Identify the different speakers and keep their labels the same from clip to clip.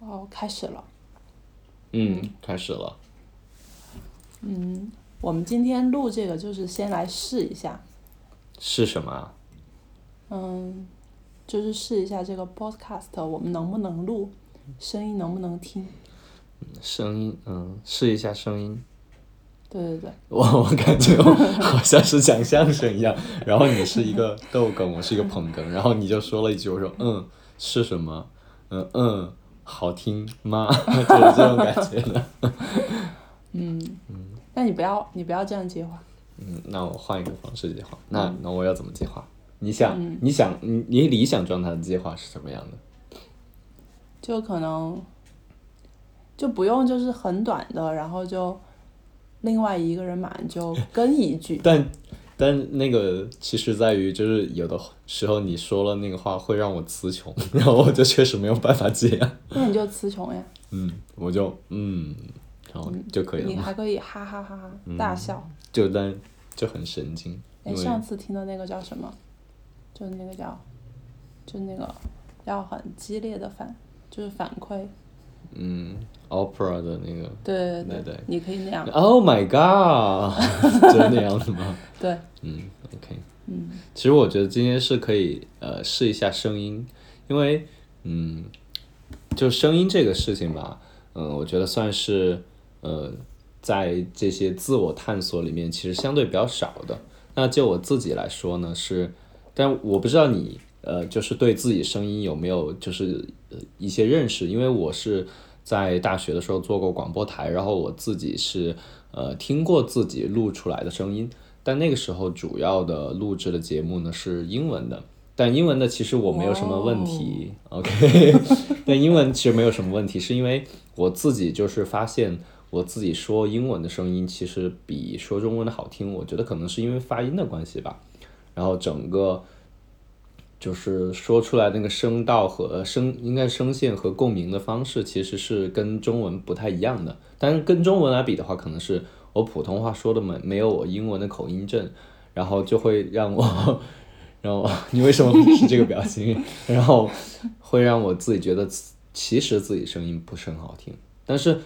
Speaker 1: 哦，开始了。
Speaker 2: 嗯，开始了。
Speaker 1: 嗯，我们今天录这个就是先来试一下，
Speaker 2: 是什么啊？
Speaker 1: 嗯，就是试一下这个 podcast 我们能不能录，声音能不能听。
Speaker 2: 声音，嗯，试一下声音。
Speaker 1: 对对对，
Speaker 2: 我我感觉我好像是讲相声一样，然后你是一个逗哏，我是一个捧哏，然后你就说了一句，我说嗯是什么？嗯嗯，好听吗？ 就是这种感觉的。
Speaker 1: 那你不要你不要这样接话。
Speaker 2: 嗯，那我换一个方式计划。那那我要怎么计划？你想，你想，你你理想状态的计划是什么样的？，
Speaker 1: 就可能就不用就是很短的，然后就另外一个人马就跟一句
Speaker 2: 但但那个其实在于，就是有的时候你说了那个话会让我词穷，然后我就确实没有办法接。
Speaker 1: 那你就词穷呀，
Speaker 2: 嗯，我就嗯，然后就可以了
Speaker 1: 你
Speaker 2: 嘛，
Speaker 1: 还可以哈哈哈哈大笑。
Speaker 2: 就但就很神经，
Speaker 1: 哎，
Speaker 2: 因为
Speaker 1: 上次听的那个叫什么？就是那个叫，就是那个要很激烈的反，就是反馈。
Speaker 2: 嗯，opera 的那个
Speaker 1: 对对对，
Speaker 2: 对对
Speaker 1: 你可以那样。
Speaker 2: ，Oh my god，就是 那样子吗？
Speaker 1: 对，
Speaker 2: 嗯，OK，
Speaker 1: 嗯，
Speaker 2: 其实我觉得今天是可以呃试一下声音，因为嗯，就声音这个事情吧，嗯、我觉得算是呃在这些自我探索里面其实相对比较少的。那就我自己来说呢，是，但我不知道你呃就是对自己声音有没有就是呃一些认识，因为我是在大学的时候做过广播台，然后我自己是呃听过自己录出来的声音。但那个时候主要的录制的节目呢是英文的，但英文的其实我没有什么问题、o k 但英文其实没有什么问题，是因为我自己就是发现我自己说英文的声音其实比说中文的好听，我觉得可能是因为发音的关系吧，然后整个。就是说出来那个声道和声，应该声线和共鸣的方式其实是跟中文不太一样的，但是跟中文来比的话，可能是我普通话说的没没有我英文的口音正，然后就会让我，让我你为什么是这个表情？ 然后会让我自己觉得自其实自己声音不是很好听，但是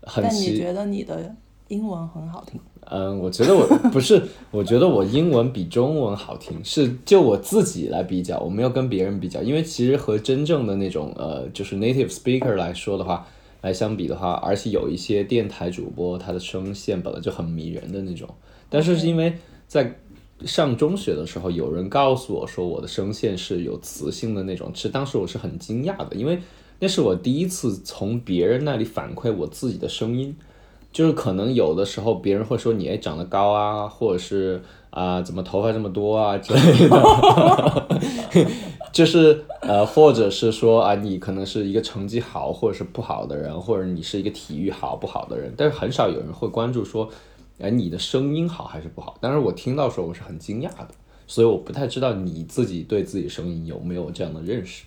Speaker 2: 很
Speaker 1: 但
Speaker 2: 奇
Speaker 1: 你觉得你的英文很好听？
Speaker 2: 嗯，我觉得我不是， 我觉得我英文比中文好听，是就我自己来比较，我没有跟别人比较，因为其实和真正的那种呃，就是 native speaker 来说的话，来相比的话，而且有一些电台主播他的声线本来就很迷人的那种，但是是因为在上中学的时候，有人告诉我说我的声线是有磁性的那种，其实当时我是很惊讶的，因为那是我第一次从别人那里反馈我自己的声音。就是可能有的时候别人会说你哎长得高啊，或者是啊、怎么头发这么多啊之类的， 就是呃或者是说啊你可能是一个成绩好或者是不好的人，或者你是一个体育好不好的人，但是很少有人会关注说哎你的声音好还是不好。当然我听到的时候我是很惊讶的，所以我不太知道你自己对自己声音有没有这样的认识。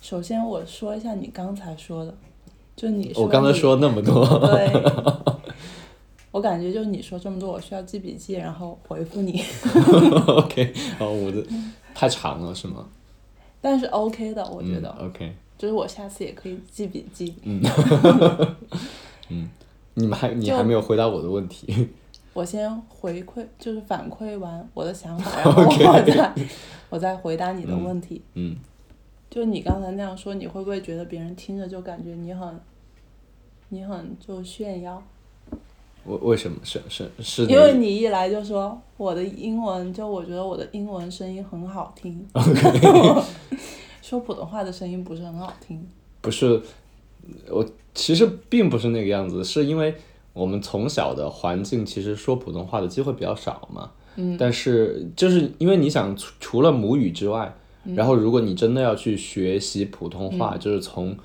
Speaker 1: 首先我说一下你刚才说的，就你
Speaker 2: 我刚才
Speaker 1: 你
Speaker 2: 说那 么多，
Speaker 1: 对， 我感觉就是你说这么多，我需要记笔记，然后回复你。
Speaker 2: OK，哦我的太长了是吗？
Speaker 1: 但是 OK 的，我觉得，
Speaker 2: 嗯、OK。
Speaker 1: 就是我下次也可以记笔记。
Speaker 2: 你们还你
Speaker 1: 就
Speaker 2: 还没有回答我的问题，
Speaker 1: 我先回馈，就是反馈完我的想 法，然后我再我再回答你的问题。
Speaker 2: 嗯，
Speaker 1: 就你刚才那样说，你会不会觉得别人听着就感觉你很，你很就炫耀？
Speaker 2: 为为什么是是是
Speaker 1: 因为
Speaker 2: 哪
Speaker 1: 你一来就说我的英文，就我觉得我的英文声音很好听， 说普通话的声音不是很好听。
Speaker 2: 不是我其实并不是那个样子，是因为我们从小的环境其实说普通话的机会比较少嘛，嗯，但是就是因为你想除除了母语之外，然后如果你真的要去学习普通话，就是从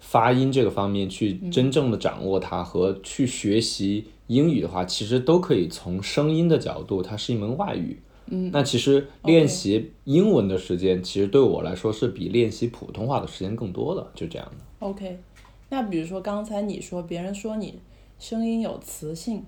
Speaker 2: 发音这个方面去真正的掌握它和去学习英语的话，其实都可以从声音的角度，它是一门外语。嗯，那其实练习英文的时间，其实对我来说是比练习普通话的时间更多的，就这样的。
Speaker 1: OK，那比如说刚才你说别人说你声音有磁性，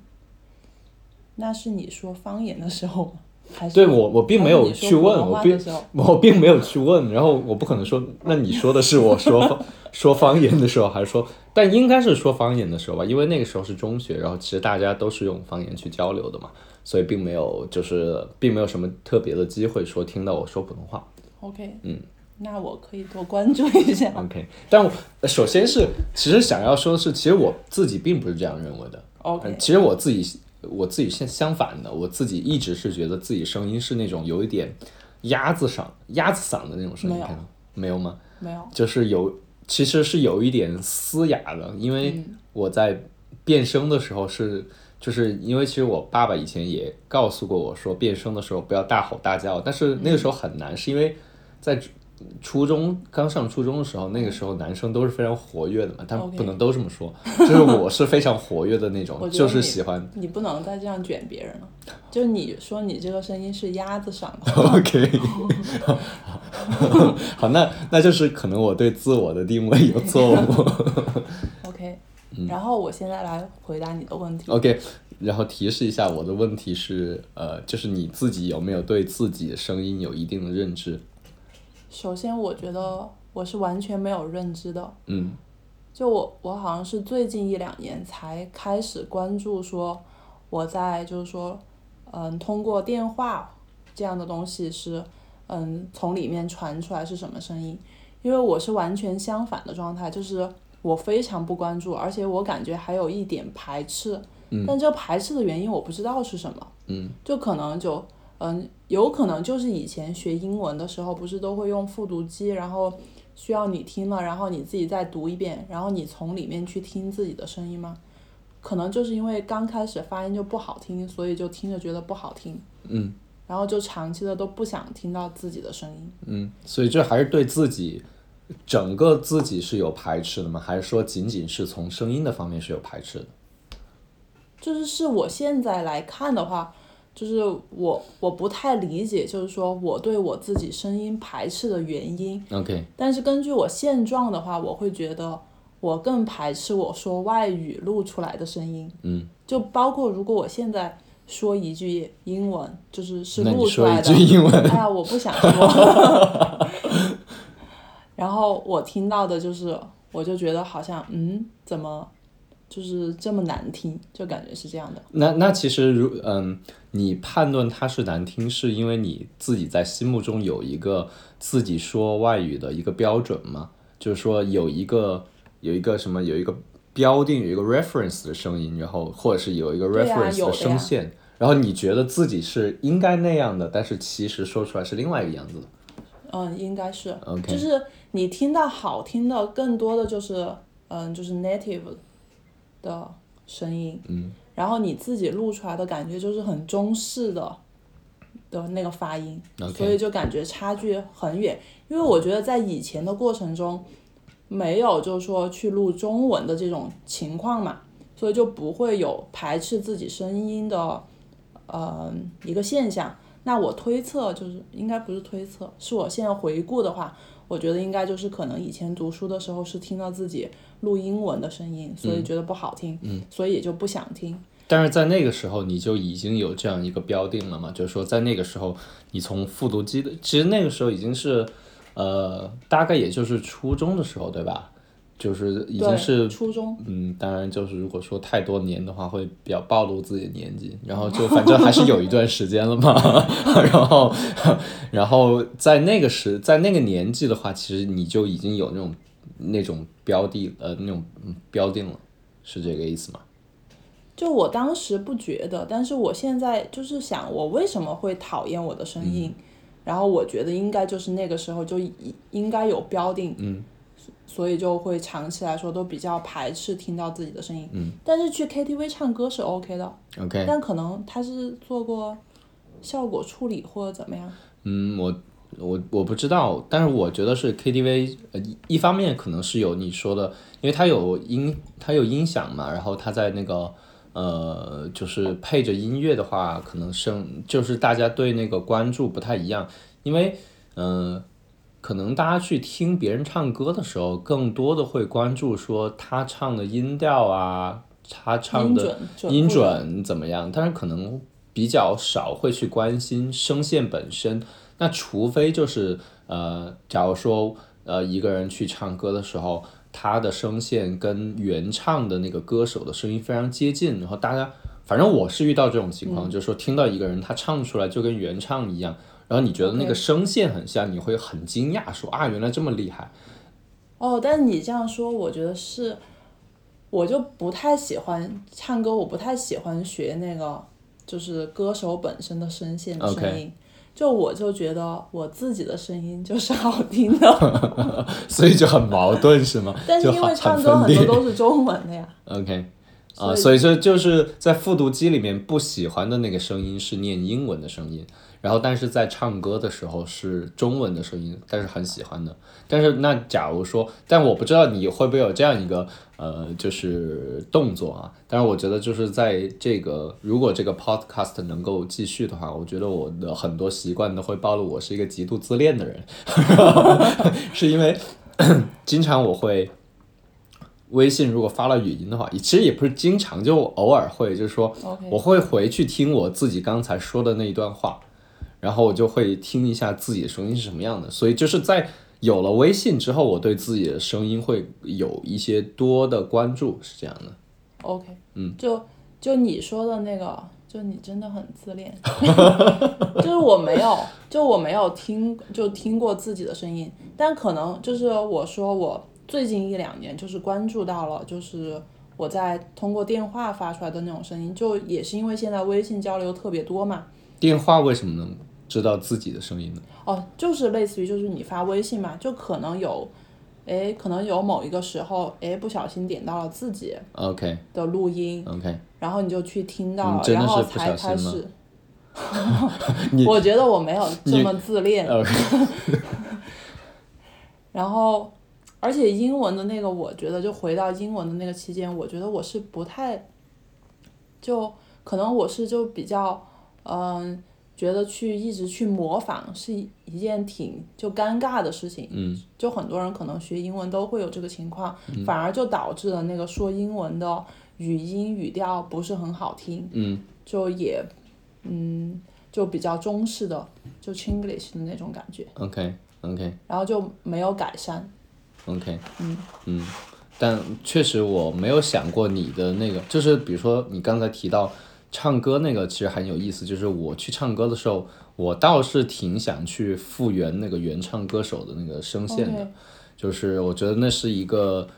Speaker 1: 那是你说方言的时候吗？还是
Speaker 2: 对我我并没有
Speaker 1: 还是你说
Speaker 2: 去问
Speaker 1: 普通
Speaker 2: 我
Speaker 1: 话
Speaker 2: 并
Speaker 1: 的时候
Speaker 2: 我并没有去问，然后我不可能说，那你说的是我 说方说方言的时候，还是说，但应该是说方言的时候吧，因为那个时候是中学，然后其实大家都是用方言去交流的嘛，所以并没有就是并没有什么特别的机会说听到我说普通话。
Speaker 1: OK，
Speaker 2: 嗯，
Speaker 1: 那我可以多关注一下。
Speaker 2: OK，但我呃首先是其实想要说的是，其实我自己并不是这样认为的。
Speaker 1: OK，
Speaker 2: 嗯其实我自己我自己相相反的，我自己一直是觉得自己声音是那种有一点鸭子嗓、鸭子嗓的那种声音，
Speaker 1: 没有
Speaker 2: 看到没有吗？
Speaker 1: 没有，
Speaker 2: 就是有，其实是有一点嘶哑的，因
Speaker 1: 嗯
Speaker 2: 为我在变声的时候是，就是因为其实我爸爸以前也告诉过我说，变声的时候不要大吼大叫，但是那个时候很难，是因为在初初中刚上初中的时候，那个时候男生都是非常活跃的嘛，但
Speaker 1: OK
Speaker 2: 不能都这么说， 就是我是非常活跃的那
Speaker 1: 我
Speaker 2: 种，
Speaker 1: 觉得
Speaker 2: 就是
Speaker 1: 你
Speaker 2: 喜欢。
Speaker 1: 你不能再这样卷别人了。就你说你这个声音是鸭子嗓，
Speaker 2: OK，好， 那那就是可能我对自我的定位有错误。
Speaker 1: OK，、然
Speaker 2: 嗯
Speaker 1: 后我现在来回答你的问题。
Speaker 2: OK，然后提示一下，我的问题是，呃，就是你自己有没有对自己的声音有一定的认知？
Speaker 1: 首先，我觉得我是完全没有认知的，
Speaker 2: 嗯
Speaker 1: 就我我好像是最近一两年才开始关注说我在就是说，嗯，通过电话这样的东西是，嗯，从里面传出来是什么声音，因为我是完全相反的状态，就是我非常不关注，而且我感觉还有一点排斥，但这排斥的原因我不知道是什么。
Speaker 2: 嗯
Speaker 1: 就可能就嗯，有可能就是以前学英文的时候，不是都会用复读机，然后需要你听了，然后你自己再读一遍，然后你从里面去听自己的声音吗？可能就是因为刚开始发音就不好听，所以就听着觉得不好听，
Speaker 2: 嗯
Speaker 1: 然后就长期的都不想听到自己的声音。
Speaker 2: 嗯，所以这还是对自己整个自己是有排斥的吗？还是说仅仅是从声音的方面是有排斥的？
Speaker 1: 就是是我现在来看的话，就是我我不太理解，就是说我对我自己声音排斥的原因，
Speaker 2: OK，
Speaker 1: 但是根据我现状的话，我会觉得我更排斥我说外语录出来的声音，
Speaker 2: 嗯，
Speaker 1: 就包括如果我现在说一句英文，就是是
Speaker 2: 那你
Speaker 1: 录出
Speaker 2: 说
Speaker 1: 来
Speaker 2: 一
Speaker 1: 的
Speaker 2: 句，英文，
Speaker 1: 哎呀，我不想说。 然后我听到的就是，我就觉得好像，嗯，怎么就是这么难听，就感觉是这样的。
Speaker 2: 那那其实如嗯，你判断它是难听，是因为你自己在心目中有一个自己说外语的一个标准吗？就是说有一个有一个什么有一个标定有一个 reference 的声音，然后或者是有一个
Speaker 1: 对呀啊
Speaker 2: reference
Speaker 1: 有
Speaker 2: 的
Speaker 1: 的
Speaker 2: 声
Speaker 1: 呀
Speaker 2: 线，然后你觉得自己是应该那样的，但是其实说出来是另外一个样子的。
Speaker 1: 嗯，应该是
Speaker 2: OK
Speaker 1: 就是你听到好听的，更多的就是嗯，就是 native 的声音，
Speaker 2: 嗯，
Speaker 1: 然后你自己录出来的感觉就是很中式的的那个发音
Speaker 2: OK
Speaker 1: 所以就感觉差距很远。因为我觉得在以前的过程中，没有就是说去录中文的这种情况嘛，所以就不会有排斥自己声音的，呃，一个现象。那我推测就是应该不是推测，是我现在回顾的话，我觉得应该就是可能以前读书的时候是听到自己录英文的声音，所以觉得不好听，嗯、所以也就不想听。
Speaker 2: 但是在那个时候，你就已经有这样一个标定了嘛？就是说，在那个时候，你从复读机的，其实那个时候已经是，呃，大概也就是初中的时候，对吧？就是已经
Speaker 1: 对
Speaker 2: 是，
Speaker 1: 初中，
Speaker 2: 嗯，当然就是如果说太多年的话，会比较暴露自己的年纪。然后就反正还是有一段时间 了嘛。然后，然后在那个时，在那个年纪的话，其实你就已经有那种那种标的，呃，那种嗯标定了，是这个意思吗？
Speaker 1: 就我当时不觉得，但是我现在就是想，我为什么会讨厌我的声
Speaker 2: 嗯
Speaker 1: 音？然后我觉得应该就是那个时候就已应该有标定，
Speaker 2: 嗯
Speaker 1: 所以就会长期来说都比较排斥听到自己的声音。嗯，但是去 KTV 唱歌是 OK 的，
Speaker 2: ，OK。
Speaker 1: 但可能他是做过效果处理或者怎么样。
Speaker 2: 嗯，我我我不知道，但是我觉得是 KTV，呃，一一方面可能是有你说的，因为它有音，它有音响嘛，然后它在那个呃，就是配着音乐的话，可能声就是大家对那个关注不太一样，因为嗯、呃可能大家去听别人唱歌的时候，更多的会关注说他唱的音调啊，他唱
Speaker 1: 音
Speaker 2: 的
Speaker 1: 准准不
Speaker 2: 音
Speaker 1: 准
Speaker 2: 准怎么样？但是可能比较少会去关心声线本身。那除非就是呃，假如说呃一个人去唱歌的时候，他的声线跟原唱的那个歌手的声音非常接近，然后大家反正我是遇到这种情
Speaker 1: 嗯
Speaker 2: 况，就是说听到一个人他唱出来就跟原唱一样，然后你觉得那个声线很像，你会很惊讶说啊原来这么厉害。
Speaker 1: 哦，但是你这样说，我觉得是，我就不太喜欢唱歌，我不太喜欢学那个，就是歌手本身的声线声
Speaker 2: OK
Speaker 1: 音。就我就觉得我自己的声音就是好听的，
Speaker 2: 所以就很矛盾是吗？
Speaker 1: 但是
Speaker 2: 就
Speaker 1: 因为
Speaker 2: 很
Speaker 1: 唱
Speaker 2: 很
Speaker 1: 歌
Speaker 2: 分
Speaker 1: 很
Speaker 2: 裂。
Speaker 1: 多都是中文的呀。
Speaker 2: OK，啊、所以说就是在复读机里面不喜欢的那个声音是念英文的声音，然后但是在唱歌的时候是中文的声音，但是很喜欢的。但是那假如说，但我不知道你会不会有这样一个呃，就是动作啊。但是我觉得就是在这个如果这个 podcast 能够继续的话，我觉得我的很多习惯都会暴露我是一个极度自恋的人， 是因为 经常我会。微信如果发了语音的话，其实也不是经常，就偶尔会，就是说
Speaker 1: OK
Speaker 2: 我会回去听我自己刚才说的那一段话，然后我就会听一下自己的声音是什么样的。所以就是在有了微信之后，我对自己的声音会有一些多的关注，是这样的。
Speaker 1: OK，嗯，就就你说的那个，就你真的很自恋，就是我没有，就我没有听，就听过自己的声音，但可能就是我说我最近一两年就是关注到了，就是我在通过电话发出来的那种声音，就也是因为现在微信交流特别多嘛，
Speaker 2: 电话为什么能知道自己的声音呢？
Speaker 1: 哦，就是类似于就是你发微信嘛，就可能有，哎，可能有某一个时候，哎，不小心点到了自己
Speaker 2: OK
Speaker 1: 的录音。
Speaker 2: OK，
Speaker 1: 然后你就去听到
Speaker 2: 你
Speaker 1: 了，
Speaker 2: 真的
Speaker 1: 然后
Speaker 2: 是不
Speaker 1: 才
Speaker 2: 小
Speaker 1: 开
Speaker 2: 心吗
Speaker 1: 始。 我觉得我没有这么自恋。
Speaker 2: 嗯
Speaker 1: 然后，而且英文的那个，我觉得就回到英文的那个期间，我觉得我是不太，就可能我是就比较，嗯、觉得去一直去模仿是一一件挺就尴尬的事情。
Speaker 2: 嗯，
Speaker 1: 就很多人可能学英文都会有这个情况，反而就导致了那个说英文的语音语调不是很好听。
Speaker 2: 嗯，
Speaker 1: 就也，嗯，就比较中式的，就 Chinglish 的那种感觉，
Speaker 2: OK OK。
Speaker 1: 然后就没有改善。
Speaker 2: OK，嗯但确实我没有想过你的那个，就是比如说你刚才提到唱歌那个，其实很有意思。就是我去唱歌的时候，我倒是挺想去复原那个原唱歌手的那个声线的
Speaker 1: OK
Speaker 2: 就是我觉得那是一个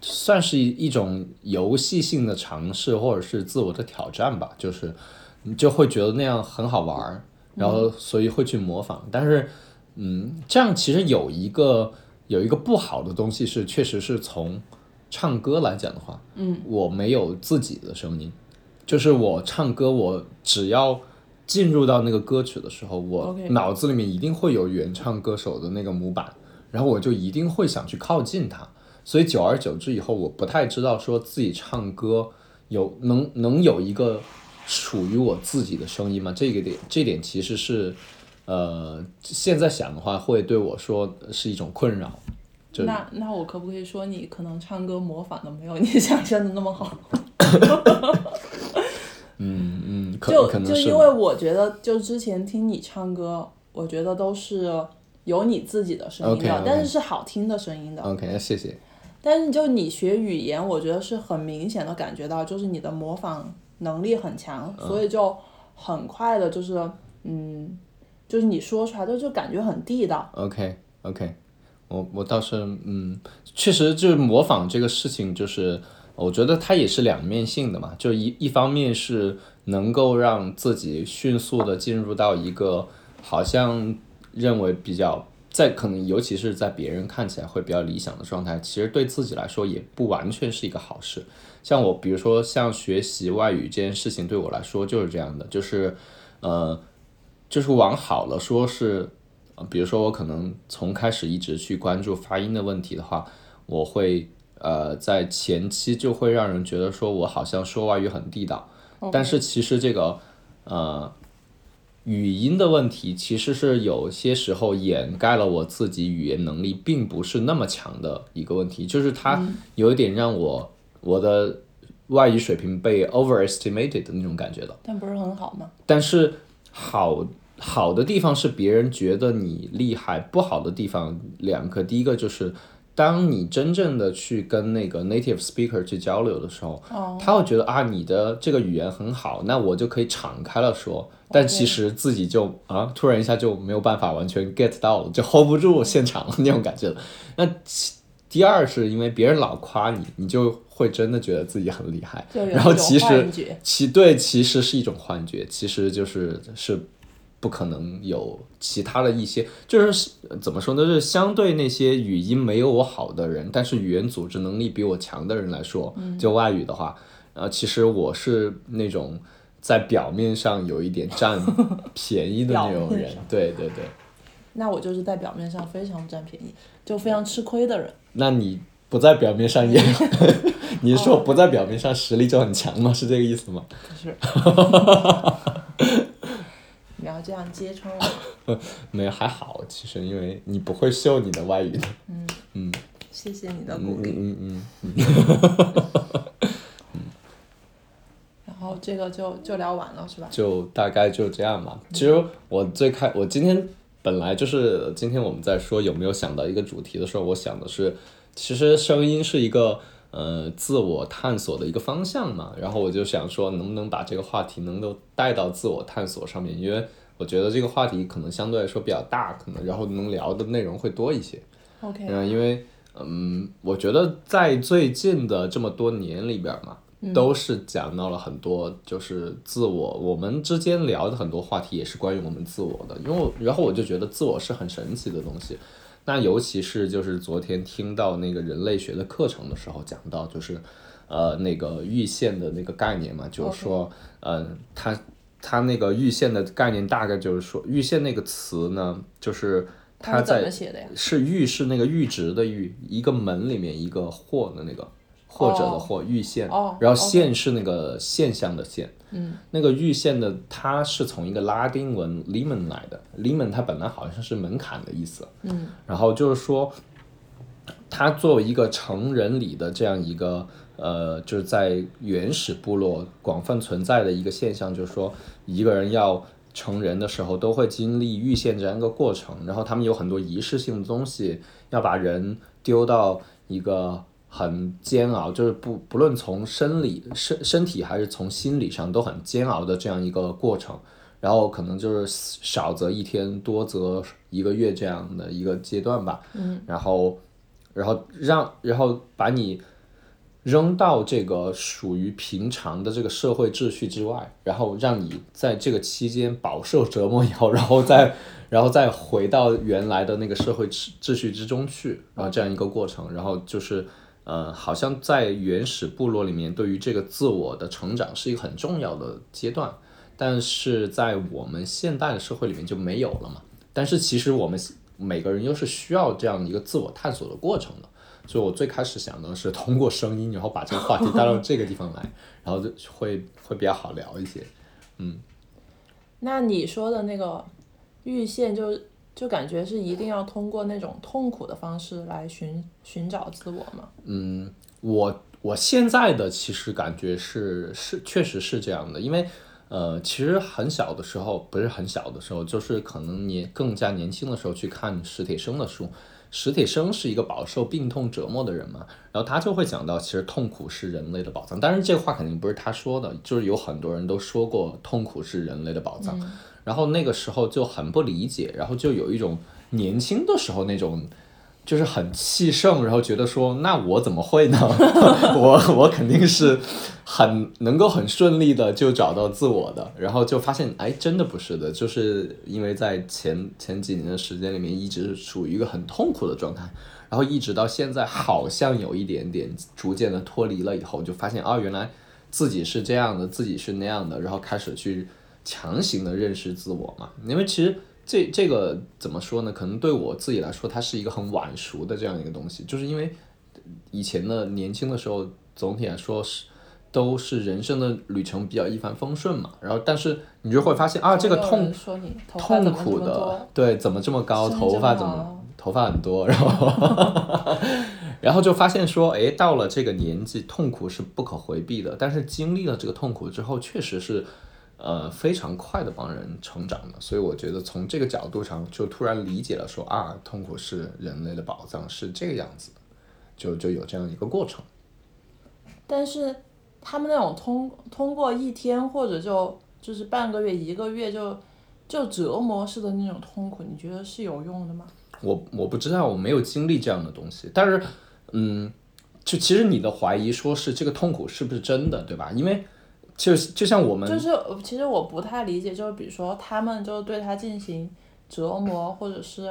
Speaker 2: 算是一一种游戏性的尝试，或者是自我的挑战吧，就是你就会觉得那样很好玩儿，然后所以会去模仿。但是，嗯，这样其实有一个有一个不好的东西是，确实是从唱歌来讲的话，嗯，我没有自己的声音，就是我唱歌，我只要。进入到那个歌曲的时候，我
Speaker 1: OK
Speaker 2: 脑子里面一定会有原唱歌手的那个模板，然后我就一定会想去靠近他。所以久而久之以后，我不太知道说自己唱歌有能能有一个属于我自己的声音吗？这个点这点其实是，呃，现在想的话会对我说是一种困扰。就
Speaker 1: 那那我可不可以说你可能唱歌模仿的没有你想象的那么好？
Speaker 2: 嗯嗯，可
Speaker 1: 就
Speaker 2: 可能
Speaker 1: 就是因为我觉得，就之前听你唱歌，我觉得都是有你自己的声音的
Speaker 2: OK，OK
Speaker 1: 但是是好听的声音的。
Speaker 2: OK，谢谢。
Speaker 1: 但是就你学语言，我觉得是很明显的感觉到，就是你的模仿能力很强，
Speaker 2: 嗯
Speaker 1: 所以就很快的，就是嗯，就是你说出来的就感觉很地道。
Speaker 2: OK OK，我我倒是嗯，确实就是模仿这个事情，就是我觉得它也是两面性的嘛，就一一方面是能够让自己迅速的进入到一个好像认为比较。在可能，尤其是在别人看起来会比较理想的状态，其实对自己来说也不完全是一个好事。像我，比如说像学习外语这件事情，对我来说就是这样的，就是，呃，就是往好了说是呃，比如说我可能从开始一直去关注发音的问题的话，我会呃在前期就会让人觉得说我好像说外语很地道
Speaker 1: 哦
Speaker 2: 但是其实这个呃语音的问题其实是有些时候掩盖了我自己语言能力
Speaker 1: 嗯
Speaker 2: 并不是那么强的一个问题，就是它有一点让我我的外语水平被 overestimated 的那种感觉的。
Speaker 1: 但不是很好吗？
Speaker 2: 但是好好的地方是别人觉得你厉害，不好的地方两个，第一个就是。当你真正的去跟那个 native speaker 去交流的时候，
Speaker 1: 哦
Speaker 2: 他会觉得啊，你的这个语言很好，那我就可以敞开了说。但其实自己就啊，突然一下就没有办法完全 get 到了，就 hold 不住现场了那种感觉了。那其第二是因为别人老夸你，你就会真的觉得自己很厉害，
Speaker 1: 就有
Speaker 2: 然后
Speaker 1: 一种
Speaker 2: 其实
Speaker 1: 幻觉
Speaker 2: 其对，其实是一种幻觉，其实就是是不可能有其他的一些，就是呃怎么说呢？就是相对那些语音没有我好的人，但是语言组织能力比我强的人来说，
Speaker 1: 嗯
Speaker 2: 就外语的话，呃，其实我是那种在表面上有一点占便宜的那
Speaker 1: 表
Speaker 2: 种
Speaker 1: 面
Speaker 2: 人，对对对。
Speaker 1: 那我就是在表面上非常占便宜，就非常吃亏的人。
Speaker 2: 那你不在表面上也， 你是说不在表面上实力就很强吗？是这个意思吗？
Speaker 1: 不 是，你要这样揭穿我。
Speaker 2: 没有，还好，其实因为你不会秀你的外语的。
Speaker 1: 谢谢你的
Speaker 2: 嗯
Speaker 1: 鼓
Speaker 2: 嗯
Speaker 1: 励。
Speaker 2: 嗯嗯，
Speaker 1: 然后这个就就聊完了是吧？
Speaker 2: 就大概就这样吧。其实我最开，我今天本来就是今天我们在说有没有想到一个主题的时候，我想的是，其实声音是一个呃自我探索的一个方向嘛。然后我就想说，能不能把这个话题能够带到自我探索上面，因为我觉得这个话题可能相对来说比较大，可能然后能聊的内容会多一些。
Speaker 1: OK，
Speaker 2: 嗯，因为嗯，我觉得在最近的这么多年里边儿嘛，都是讲到了很多就是自我，我们之间聊的很多话题也是关于我们自我的，因为我然后我就觉得自我是很神奇的东西。那尤其是就是昨天听到那个人类学的课程的时候，讲到就是，呃，那个阈限的那个概念嘛，就是说，嗯、呃，它它那个阈限的概念大概就是说，阈限那个词呢，就是
Speaker 1: 他
Speaker 2: 它
Speaker 1: 是
Speaker 2: 在
Speaker 1: 怎么写的呀？
Speaker 2: 是阈是那个阈值的阈，一个门里面一个或的那个或者的或阈限，
Speaker 1: 哦
Speaker 2: 然后
Speaker 1: OK
Speaker 2: 线是那个现象的线，嗯，那个阈限的它是从一个拉丁文 limon 来的，limon 它本来好像是门槛的意思，嗯，然后就是说，它作为一个成人礼的这样一个呃，就是在原始部落广泛存在的一个现象，就是说一个人要成人的时候都会经历遇见这样一个过程，然后他们有很多仪式性的东西，要把人丢到一个很煎熬，就是不不论从生理身身体还是从心理上都很煎熬的这样一个过程。然后可能就是少则一天，多则一个月这样的一个阶段吧。嗯，然后，然后让，然后把你扔到这个属于平常的这个社会秩序之外，然后让你在这个期间饱受折磨以后，然后再然后再回到原来的那个社会秩秩序之中去，然后这样一个过程，然后就是呃，好像在原始部落里面，对于这个自我的成长是一个很重要的阶段，但是在我们现代的社会里面就没有了嘛。但是其实我们每个人又是需要这样一个自我探索的过程的。所以我最开始想的是通过声音，然后把这个话题带到这个地方来，然后就会会比较好聊一些。
Speaker 1: 那你说的那个阈限就，就感觉是一定要通过那种痛苦的方式来寻寻找自我嘛？
Speaker 2: 嗯，我我现在的其实感觉是是确实是这样的，因为呃，其实很小的时候，不是很小的时候，就是可能你更加年轻的时候去看史铁生的书，史铁生是一个饱受病痛折磨的人嘛，然后他就会讲到，其实痛苦是人类的宝藏，当然这个话肯定不是他说的，就是有很多人都说过痛苦是人类的宝藏，然后那个时候就很不理解，然后就有一种年轻的时候那种。就是很气盛，然后觉得说，那我怎么会呢？ 我 我肯定是很能够很顺利的就找到自我的，然后就发现，哎，真的不是的，就是因为在前前几年的时间里面，一直处于一个很痛苦的状态，然后一直到现在，好像有一点点逐渐的脱离了以后，就发现，啊，原来自己是这样的，自己是那样的，然后开始去强行的认识自我嘛，因为其实。这这个怎么说呢？可能对我自己来说，它是一个很晚熟的这样一个东西，就是因为以前的年轻的时候，总体来说是都是人生的旅程比较一帆风顺嘛。然后，但是你就会发现啊，这个
Speaker 1: 会有
Speaker 2: 痛
Speaker 1: 人说你头发
Speaker 2: 痛
Speaker 1: 怎么这
Speaker 2: 苦
Speaker 1: 么多
Speaker 2: 的，对，怎么这么高，
Speaker 1: 生
Speaker 2: 头发
Speaker 1: 这
Speaker 2: 怎
Speaker 1: 么
Speaker 2: 么
Speaker 1: 好
Speaker 2: 头发很多，然后然后就发现说，哎，到了这个年纪，痛苦是不可回避的，但是经历了这个痛苦之后，确实是，呃，非常快的帮人成长的。所以我觉得从这个角度上，就突然理解了说啊，痛苦是人类的宝藏，是这个样子的，就就有这样一个过程。
Speaker 1: 但是他们那种通通过一天或者就就是半个月、一个月就就折磨式的那种痛苦，你觉得是有用的吗？
Speaker 2: 我我不知道，我没有经历这样的东西。但是，嗯，就其实你的怀疑说是这个痛苦是不是真的，对吧？因为就就像我们
Speaker 1: 就是呃其实我不太理解，就是比如说他们就对他进行折磨，或者是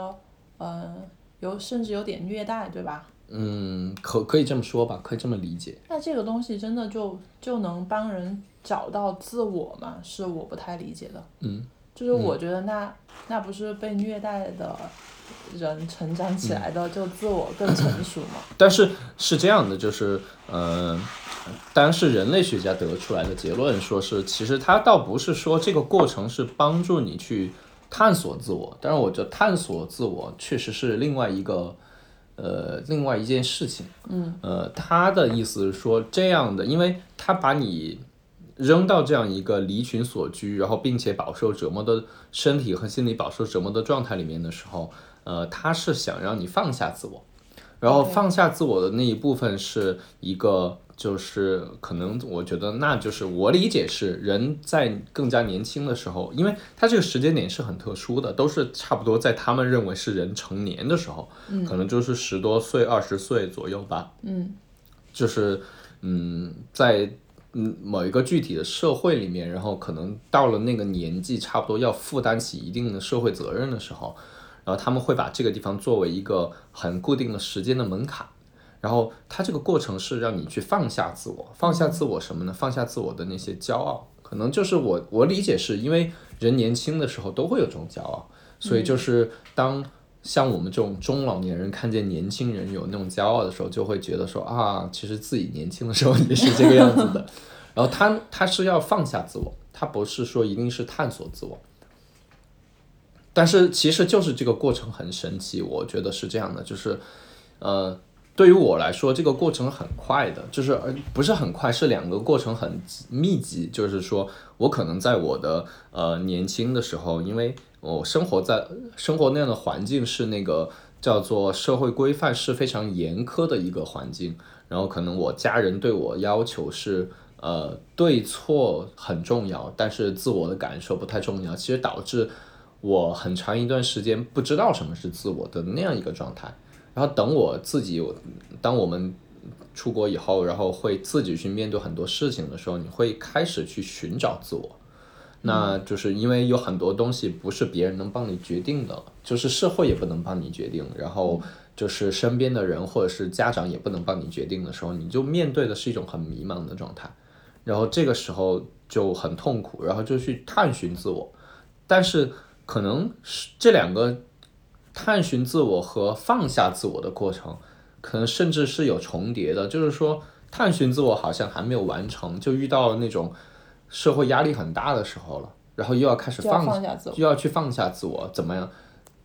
Speaker 1: 嗯、呃有甚至有点虐待，对吧？
Speaker 2: 嗯，可可以这么说吧，可以这么理解。
Speaker 1: 那这个东西真的就就能帮人找到自我吗？是我不太理解的。
Speaker 2: 嗯，
Speaker 1: 就是我觉得那、那不是被虐待的人成长
Speaker 2: 嗯
Speaker 1: 起来的，就自我更成熟吗？
Speaker 2: 但是是这样的，就是呃，当然是人类学家得出来的结论，说是其实它倒不是说这个过程是帮助你去探索自我，但是我觉得探索自我确实是另外一个呃另外一件事情。嗯，呃，他的意思是说这样的，因为他把你。扔到这样一个离群索居，然后并且饱受折磨的身体和心理饱受折磨的状态里面的时候，呃，他是想让你放下自我，然后放下自我的那一部分是一个，就是可能我觉得那就是我理解是人在更加年轻的时候，因为他这个时间点是很特殊的，都是差不多在他们认为是人成年的时候，可能就是十多岁、二十岁左右吧。
Speaker 1: 嗯，
Speaker 2: 就是嗯，在嗯某一个具体的社会里面，然后可能到了那个年纪，差不多要负担起一定的社会责任的时候，然后他们会把这个地方作为一个很固定的时间的门槛。然后它这个过程是让你去放下自我，放下自我什么呢？放下自我的那些骄傲，可能就是我我理解是因为人年轻的时候都会有这种骄傲，所以就是当像我们这种中老年人看见年轻人有那种骄傲的时候，就会觉得说啊，其实自己年轻的时候也是这个样子的。然后他他是要放下自我，他不是说一定是探索自我。但是其实就是这个过程很神奇，我觉得是这样的，就是，呃，对于我来说，这个过程很快的，就是呃不是很快，是两个过程很密集。就是说我可能在我的呃年轻的时候，因为我生活在生活那样的环境是那个叫做社会规范是非常严苛的一个环境，然后可能我家人对我要求是。呃，对错很重要，但是自我的感受不太重要。其实导致我很长一段时间不知道什么是自我的那样一个状态。然后等我自己，我当我们出国以后，然后会自己去面对很多事情的时候，你会开始去寻找自我。那就是因为有很多东西不是别人能帮你决定的，就是社会也不能帮你决定，然后就是身边的人或者是家长也不能帮你决定的时候，你就面对的是一种很迷茫的状态。然后这个时候就很痛苦，然后就去探寻自我，但是可能是这两个探寻自我和放下自我的过程，可能甚至是有重叠的，就是说探寻自我好像还没有完成，就遇到了那种社会压力很大的时候了，然后又要开始
Speaker 1: 就要
Speaker 2: 放
Speaker 1: 放下自我。
Speaker 2: 就要去放下自我，怎么样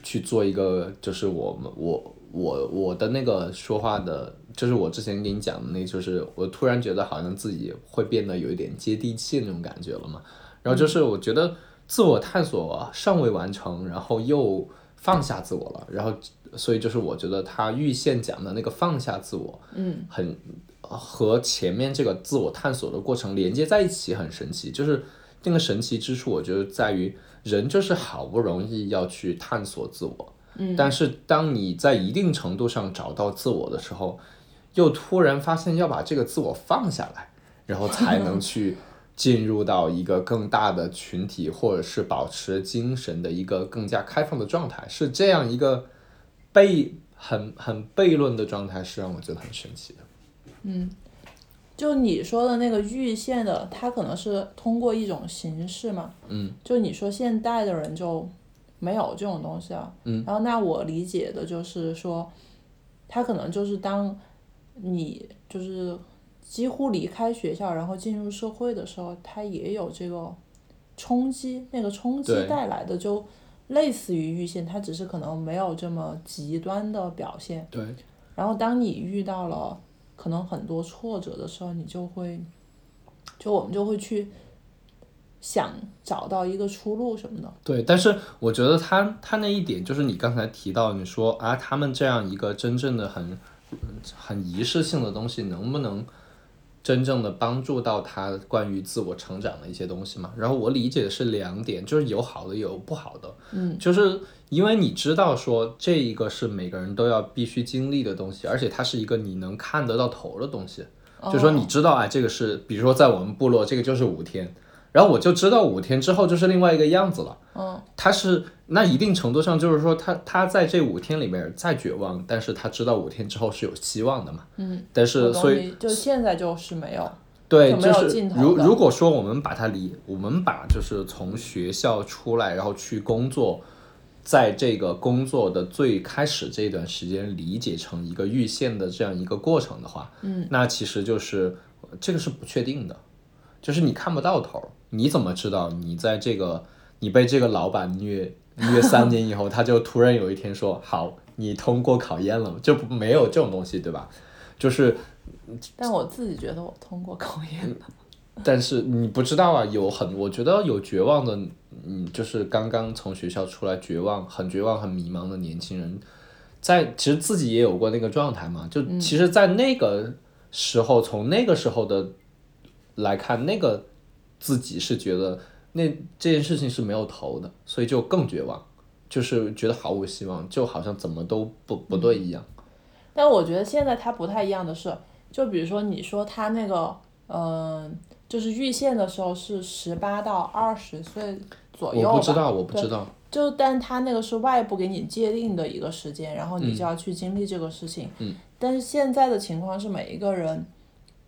Speaker 2: 去做一个，就是我们我我我的那个说话的，就是我之前给你讲的那，就是我突然觉得好像自己会变得有一点接地气那种感觉了嘛。然后就是我觉得自我探索尚未完成，然后又放下自我了，然后所以就是我觉得他预先讲的那个放下自我，
Speaker 1: 嗯，
Speaker 2: 很和前面这个自我探索的过程连接在一起，很神奇。就是那个神奇之处，我觉得在于人就是好不容易要去探索自我，嗯，但是当你在一定程度上找到自我的时候，又突然发现要把这个自我放下来，然后才能去进入到一个更大的群体，或者是保持精神的一个更加开放的状态，是这样一个悖很很悖论的状态，是让我觉得很神奇的。
Speaker 1: 就你说的那个阈限的，它可能是通过一种形式嘛。
Speaker 2: 嗯。
Speaker 1: 就你说现代的人就没有这种东西啊。
Speaker 2: 嗯。
Speaker 1: 然后那我理解的就是说，他可能就是当你就是几乎离开学校，然后进入社会的时候，他也有这个冲击，那个冲击
Speaker 2: 对
Speaker 1: 带来的就类似于阈限，它只是可能没有这么极端的表现。
Speaker 2: 对，
Speaker 1: 然后当你遇到了可能很多挫折的时候，你就会，就我们就会去想找到一个出路什么的。
Speaker 2: 对，但是我觉得他他那一点就是你刚才提到，你说啊，他们这样一个真正的很很仪式性的东西，能不能真正的帮助到他关于自我成长的一些东西嘛？然后我理解的是两点，就是有好的有不好的，嗯，就是因为你知道说这一个是每个人都要必须经历的东西，而且它是一个你能看得到头的东西，就
Speaker 1: 哦
Speaker 2: 说你知道啊，这个是比如说在我们部落，这个就是五天。然后我就知道五天之后就是另外一个样子了。
Speaker 1: 哦
Speaker 2: 嗯，他是那一定程度上就是说他他在这五天里面再绝望，但是他知道五天之后是有希望的嘛。嗯，但是
Speaker 1: 我懂
Speaker 2: 所以
Speaker 1: 你就现在就是没有，
Speaker 2: 对，
Speaker 1: 就没
Speaker 2: 就
Speaker 1: 有
Speaker 2: 是
Speaker 1: 尽头
Speaker 2: 如
Speaker 1: 的
Speaker 2: 如果说我们把它理，我们把就是从学校出来，然后去工作，在这个工作的最开始这段时间理解成一个预线的这样一个过程的话，嗯，那其实就是呃这个是不确定的，就是你看不到头儿，你怎么知道你在这个你被这个老板虐虐三年以后，他就突然有一天说好，你通过考验了，就不没有这种东西，对吧？就是嗯
Speaker 1: 但我自己觉得我通过考验了。
Speaker 2: 但是你不知道啊，有很，我觉得有绝望的，嗯，就是刚刚从学校出来绝望、很绝望、很迷茫的年轻人，在其实自己也有过那个状态嘛。就
Speaker 1: 嗯
Speaker 2: 其实，在那个时候，从那个时候的来看，那个自己是觉得那这件事情是没有头的，所以就更绝望，就是觉得毫无希望，就好像怎么都不不对
Speaker 1: 嗯
Speaker 2: 一样。
Speaker 1: 但我觉得现在它不太一样的是，就比如说你说他那个，嗯、就是遇线的时候是十八到二十岁左右吧，
Speaker 2: 我不知道，我不知道。
Speaker 1: 就但他那个是外部给你界定的一个时间，然后你就要去经历这个事情。嗯。但是现在的情况是每一个人，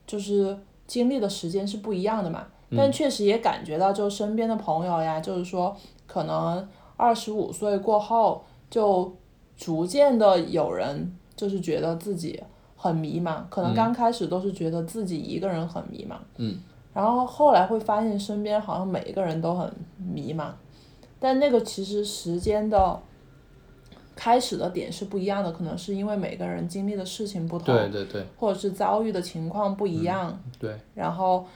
Speaker 1: 就是经历的时间是不一样的嘛。但确实也感觉到，就身边的朋友呀，就是说，可能二十五岁过后，就逐渐的有人就是觉得自己很迷茫，可能刚开始都是觉得自己一个人很迷茫。
Speaker 2: 嗯。
Speaker 1: 然后后来会发现身边好像每一个人都很迷茫。但那个其实时间的开始的点是不一样的，可能是因为每个人经历的事情不同，嗯
Speaker 2: 对对对
Speaker 1: 或者是遭遇的情况不一样。
Speaker 2: 对，
Speaker 1: 然后，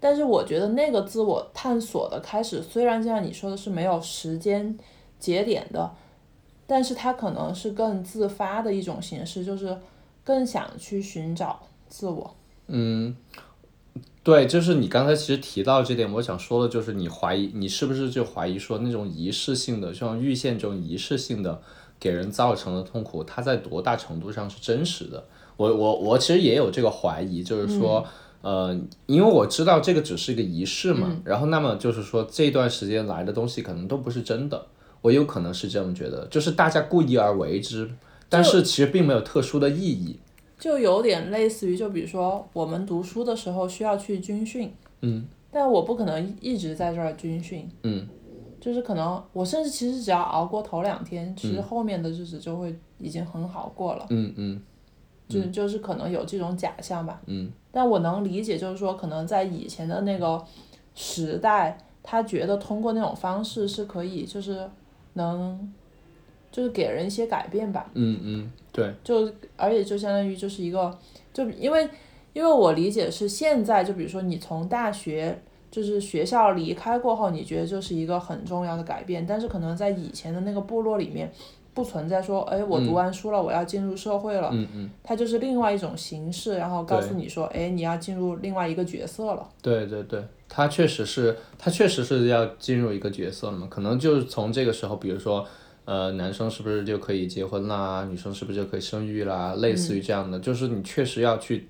Speaker 1: 但是我觉得那个自我探索的开始，虽然就像你说的是没有时间节点的，但是它可能是更自发的一种形式，就是更想去寻找自我。
Speaker 2: 嗯，对，就是你刚才其实提到这点，我想说的就是你怀疑，你是不是就怀疑说那种仪式性的，像预线这种仪式性的给人造成的痛苦，它在多大程度上是真实的？我我我其实也有这个怀疑，就是说。
Speaker 1: 嗯
Speaker 2: 呃，因为我知道这个只是一个仪式嘛，
Speaker 1: 嗯
Speaker 2: 然后那么就是说这段时间来的东西可能都不是真的，我有可能是这么觉得，就是大家故意而为之，但是其实并没有特殊的意义。
Speaker 1: 就有点类似于，就比如说我们读书的时候需要去军训，嗯，但我不可能一直在这儿军训，
Speaker 2: 嗯，
Speaker 1: 就是可能我甚至其实只要熬过头两天，其实后面的日子就会已经很好过了，
Speaker 2: 嗯嗯
Speaker 1: 就就是可能有这种假象吧，
Speaker 2: 嗯，
Speaker 1: 但我能理解，就是说可能在以前的那个时代，他觉得通过那种方式是可以，就是能，就是给人一些改变吧，
Speaker 2: 嗯嗯，对。
Speaker 1: 就而且就相当于就是一个，就因为因为我理解是现在，就比如说你从大学就是学校离开过后，你觉得就是一个很重要的改变，但是可能在以前的那个部落里面，不存在说，哎，我读完书了，我要进入社会了，
Speaker 2: 嗯嗯嗯。
Speaker 1: 它就是另外一种形式，然后告诉你说，哎，你要进入另外一个角色了。
Speaker 2: 对对对，他确实是，他确实是要进入一个角色了嘛，可能就是从这个时候，比如说，呃，男生是不是就可以结婚啦，女生是不是就可以生育啦，类
Speaker 1: 嗯
Speaker 2: 似于这样的，就是你确实要去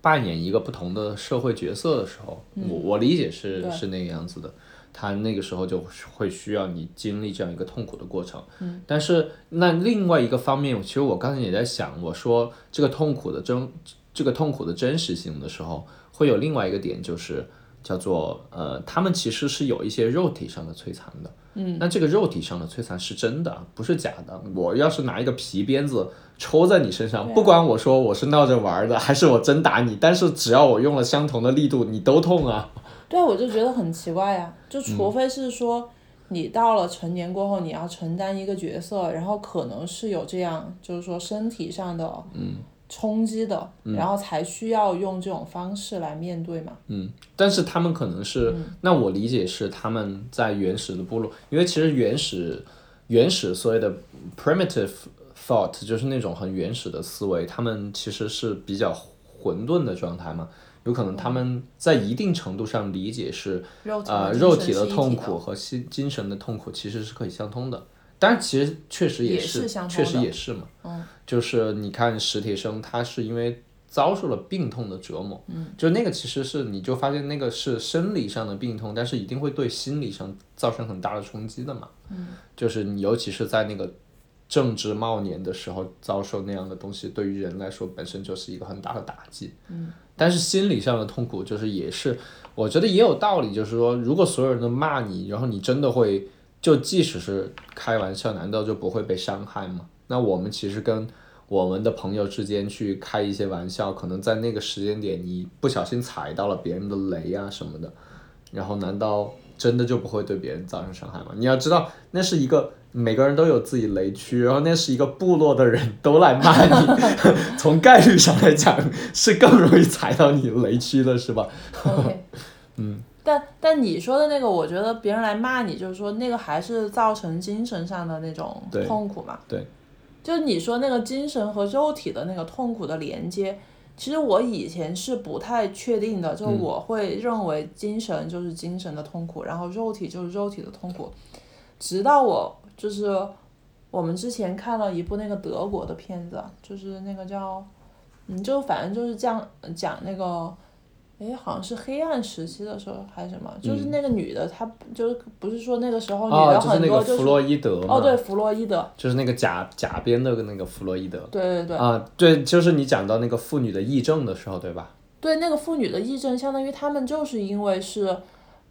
Speaker 2: 扮演一个不同的社会角色的时候，我我理解是
Speaker 1: 嗯对
Speaker 2: 是那个样子的。他那个时候就会需要你经历这样一个痛苦的过程，嗯、但是那另外一个方面，其实我刚才也在想，我说这个痛苦的真，这个痛苦的真实性的时候，会有另外一个点，就是叫做呃，他们其实是有一些肉体上的摧残的。嗯，那这个肉体上的摧残是真的，不是假的。我要是拿一个皮鞭子抽在你身上，不管我说我是闹着玩儿的，还是我真打你，但是只要我用了相同的力度，你都痛啊。嗯
Speaker 1: 对啊，我就觉得很奇怪呀、就除非是说你到了成年过后，你要承担一个角色，然后可能是有这样，就是说身体上的
Speaker 2: 嗯
Speaker 1: 冲击的，然后才需要用这种方式来面对嘛。
Speaker 2: 嗯，但是他们可能是，
Speaker 1: 嗯
Speaker 2: 那我理解是他们在原始的部落，因为其实原始原始所谓的 primitive thought 就是那种很原始的思维，他们其实是比较混沌的状态嘛。有可能他们在一定程度上理解是，
Speaker 1: 肉体和
Speaker 2: 呃，
Speaker 1: 精
Speaker 2: 肉
Speaker 1: 神
Speaker 2: 体
Speaker 1: 是
Speaker 2: 的
Speaker 1: 一体
Speaker 2: 痛
Speaker 1: 的
Speaker 2: 苦和心精神的痛苦其实是可以相通的。当然，其实确实
Speaker 1: 也
Speaker 2: 是，
Speaker 1: 是相
Speaker 2: 确
Speaker 1: 通
Speaker 2: 实也是嘛。就是你看史铁生，他是因为遭受了病痛的折磨，嗯，就那个其实是你就发现那个是生理上的病痛，但是一定会对心理上造成很大的冲击的嘛。嗯，就是你尤其是在那个正值茂年的时候遭受那样的东西，对于人来说本身就是一个很大的打击。嗯，但是心理上的痛苦就是也是，我觉得也有道理，就是说如果所有人都骂你，然后你真的会。就即使是开玩笑，难道就不会被伤害吗？那我们其实跟我们的朋友之间去开一些玩笑，可能在那个时间点你不小心踩到了别人的雷啊什么的，然后难道真的就不会对别人造成伤害吗？你要知道，那是一个每个人都有自己雷区，然后那是一个部落的人都来骂你， 从概率上来讲是更容易踩到你雷区的，是吧？
Speaker 1: OK，嗯，但但你说的那个，我觉得别人来骂你，就是说那个还是造成精神上的那种
Speaker 2: 对
Speaker 1: 痛苦嘛。
Speaker 2: 对，
Speaker 1: 就是你说那个精神和肉体的那个痛苦的连接，其实我以前是不太确定的，
Speaker 2: 嗯
Speaker 1: 就我会认为精神就是精神的痛苦，然后肉体就是肉体的痛苦，直到我就是我们之前看了一部那个德国的片子啊，就是那个叫，嗯，就反正就是讲讲那个。哎，好像是黑暗时期的时候还是什么，就是那个女的，她就是不是说那个时候女
Speaker 2: 嗯哦，
Speaker 1: 的
Speaker 2: 就是
Speaker 1: 很
Speaker 2: 那
Speaker 1: 多
Speaker 2: 个
Speaker 1: 就是
Speaker 2: 弗洛伊德嘛，
Speaker 1: 哦，对，弗洛伊德，
Speaker 2: 就是那个假假编的那个弗洛伊德。
Speaker 1: 对对对，
Speaker 2: 啊，对，就是你讲到那个妇女的癔症的时候，对吧？
Speaker 1: 对那个妇女的癔症，相当于他们就是因为是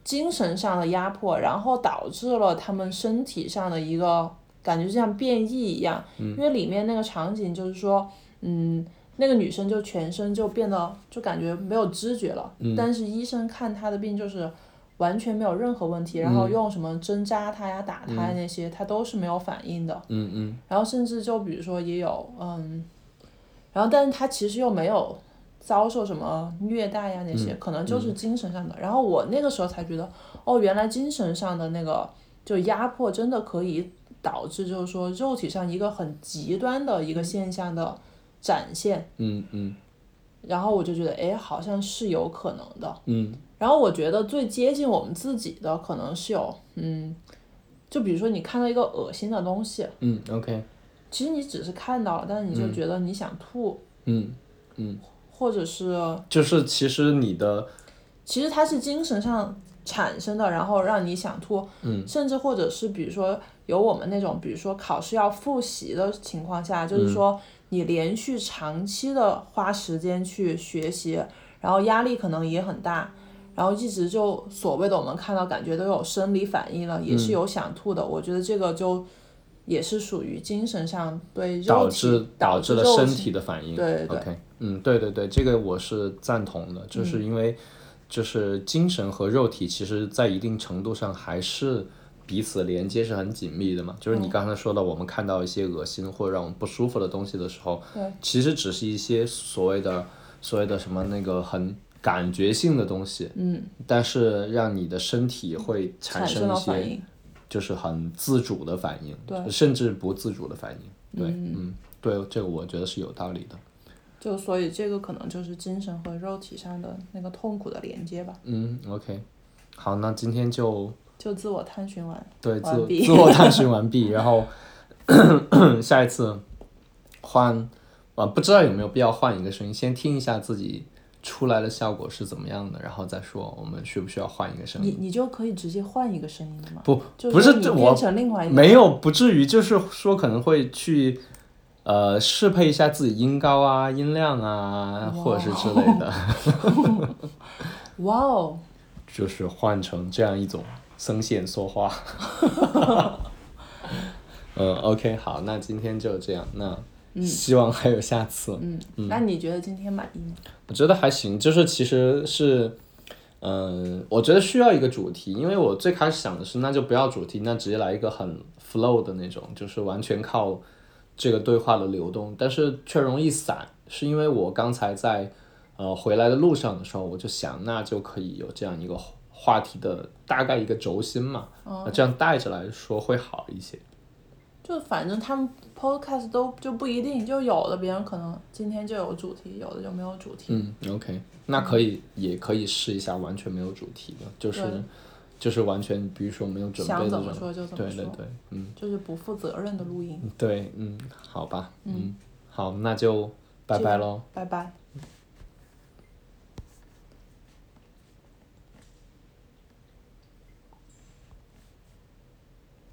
Speaker 1: 精神上的压迫，然后导致了他们身体上的一个感觉就像变异一样，因为里面那个场景就是说，嗯，那个女生就全身就变得就感觉没有知觉了，但是医生看她的病就是。完全没有任何问题，然后用什么针扎她呀、打她呀那些，她都是没有反应的。
Speaker 2: 嗯嗯，
Speaker 1: 然后甚至就比如说也有嗯，然后但是他其实又没有遭受什么虐待呀那
Speaker 2: 嗯
Speaker 1: 些，可能就是精神上的。然后我那个时候才觉得，哦，原来精神上的那个就压迫真的可以导致就是说肉体上一个很极端的一个现象的展现。
Speaker 2: 嗯嗯
Speaker 1: 然后我就觉得，哎，好像是有可能的。
Speaker 2: 嗯
Speaker 1: 然后我觉得最接近我们自己的可能是有，嗯，就比如说你看到一个恶心的东西，
Speaker 2: 嗯，OK，
Speaker 1: 其实你只是看到了，但是你就觉得你想吐，
Speaker 2: 嗯，
Speaker 1: 或者是
Speaker 2: 就是其实你的
Speaker 1: 其实它是精神上产生的，然后让你想吐，嗯，甚至或者是比如说有我们那种，比如说考试要复习的情况
Speaker 2: 嗯
Speaker 1: 下，就是说你连续长期的花时间去学习，然后压力可能也很大。然后一直就所谓的我们看到感觉都有生理反应
Speaker 2: 嗯
Speaker 1: 了，也是有想吐的。我觉得这个就也是属于精神上对肉体
Speaker 2: 导致
Speaker 1: 导
Speaker 2: 致了
Speaker 1: 肉
Speaker 2: 身体的反应。
Speaker 1: 对对对嗯
Speaker 2: o k 嗯，对对对，这个我是赞同的，就是因为就是精神和肉体，其实在一定程度上还是彼此连接是很紧密的嘛。就是
Speaker 1: 嗯
Speaker 2: 你刚才说的，我们看到一些恶心或者让我们不舒服的东西的时候，其实只是一些所谓的所谓的什么那个很感觉性的东西，嗯，但是让你的身体会产
Speaker 1: 产
Speaker 2: 生一
Speaker 1: 了
Speaker 2: 些
Speaker 1: 反应。
Speaker 2: 就是很自主的反应，
Speaker 1: 对，
Speaker 2: 甚至不自主的反应，对，嗯对，这个我觉得是有道理的，
Speaker 1: 就所以这个可能就是精神和肉体上的那个痛苦的连接吧，
Speaker 2: 嗯，OK，好，那今天就
Speaker 1: 就自我探寻完。
Speaker 2: 对自
Speaker 1: 完
Speaker 2: 我
Speaker 1: 毕
Speaker 2: 自我探寻完毕， 然后 下一次换，啊，不知道有没有必要换一个声音，先听一下自己出来的效果是怎么样的，然后再说我们需不需要换一个声音。
Speaker 1: 你你就可以直接换一个声音了嘛，
Speaker 2: 不，
Speaker 1: 嗯就
Speaker 2: 不是
Speaker 1: 你
Speaker 2: 这
Speaker 1: 变
Speaker 2: 我
Speaker 1: 成另外一个，
Speaker 2: 没有，不至于，就是说可能会去，呃，适配一下自己音高啊、音量啊，或者是之类的，
Speaker 1: 哇哦，
Speaker 2: 就是换成这样一种声线说 话。 嗯，OK，好，那今天就这样，那
Speaker 1: 嗯
Speaker 2: 希望还有下次。
Speaker 1: 嗯，那你觉得今天满意吗？
Speaker 2: 我觉得还行，就是其实是，嗯，我觉得需要一个主题，因为我最开始想的是，那就不要主题，那直接来一个很 flow 的那种，就是完全靠这个对话的流动，但是却容易散，是因为我刚才在呃回来的路上的时候，我就想，那就可以有这样一个话题的大概一个轴心嘛，那这样带着来说会好一些。
Speaker 1: 就反正他们 podcast 都就不一定，就有的别人可能今天就有主题，有的就没有主题。
Speaker 2: 嗯，OK，那可以，也可以试一下完全没有主题的，就是
Speaker 1: 对
Speaker 2: 就是完全，比如说没有准备
Speaker 1: 想
Speaker 2: 的
Speaker 1: 怎
Speaker 2: 这
Speaker 1: 么
Speaker 2: 种，
Speaker 1: 说就怎么
Speaker 2: 对
Speaker 1: 说，
Speaker 2: 对对，嗯
Speaker 1: 就是不负责任的录音。
Speaker 2: 嗯对，嗯，好吧，嗯，好，那就拜
Speaker 1: 嗯这
Speaker 2: 拜
Speaker 1: 样
Speaker 2: 喽。
Speaker 1: 拜拜。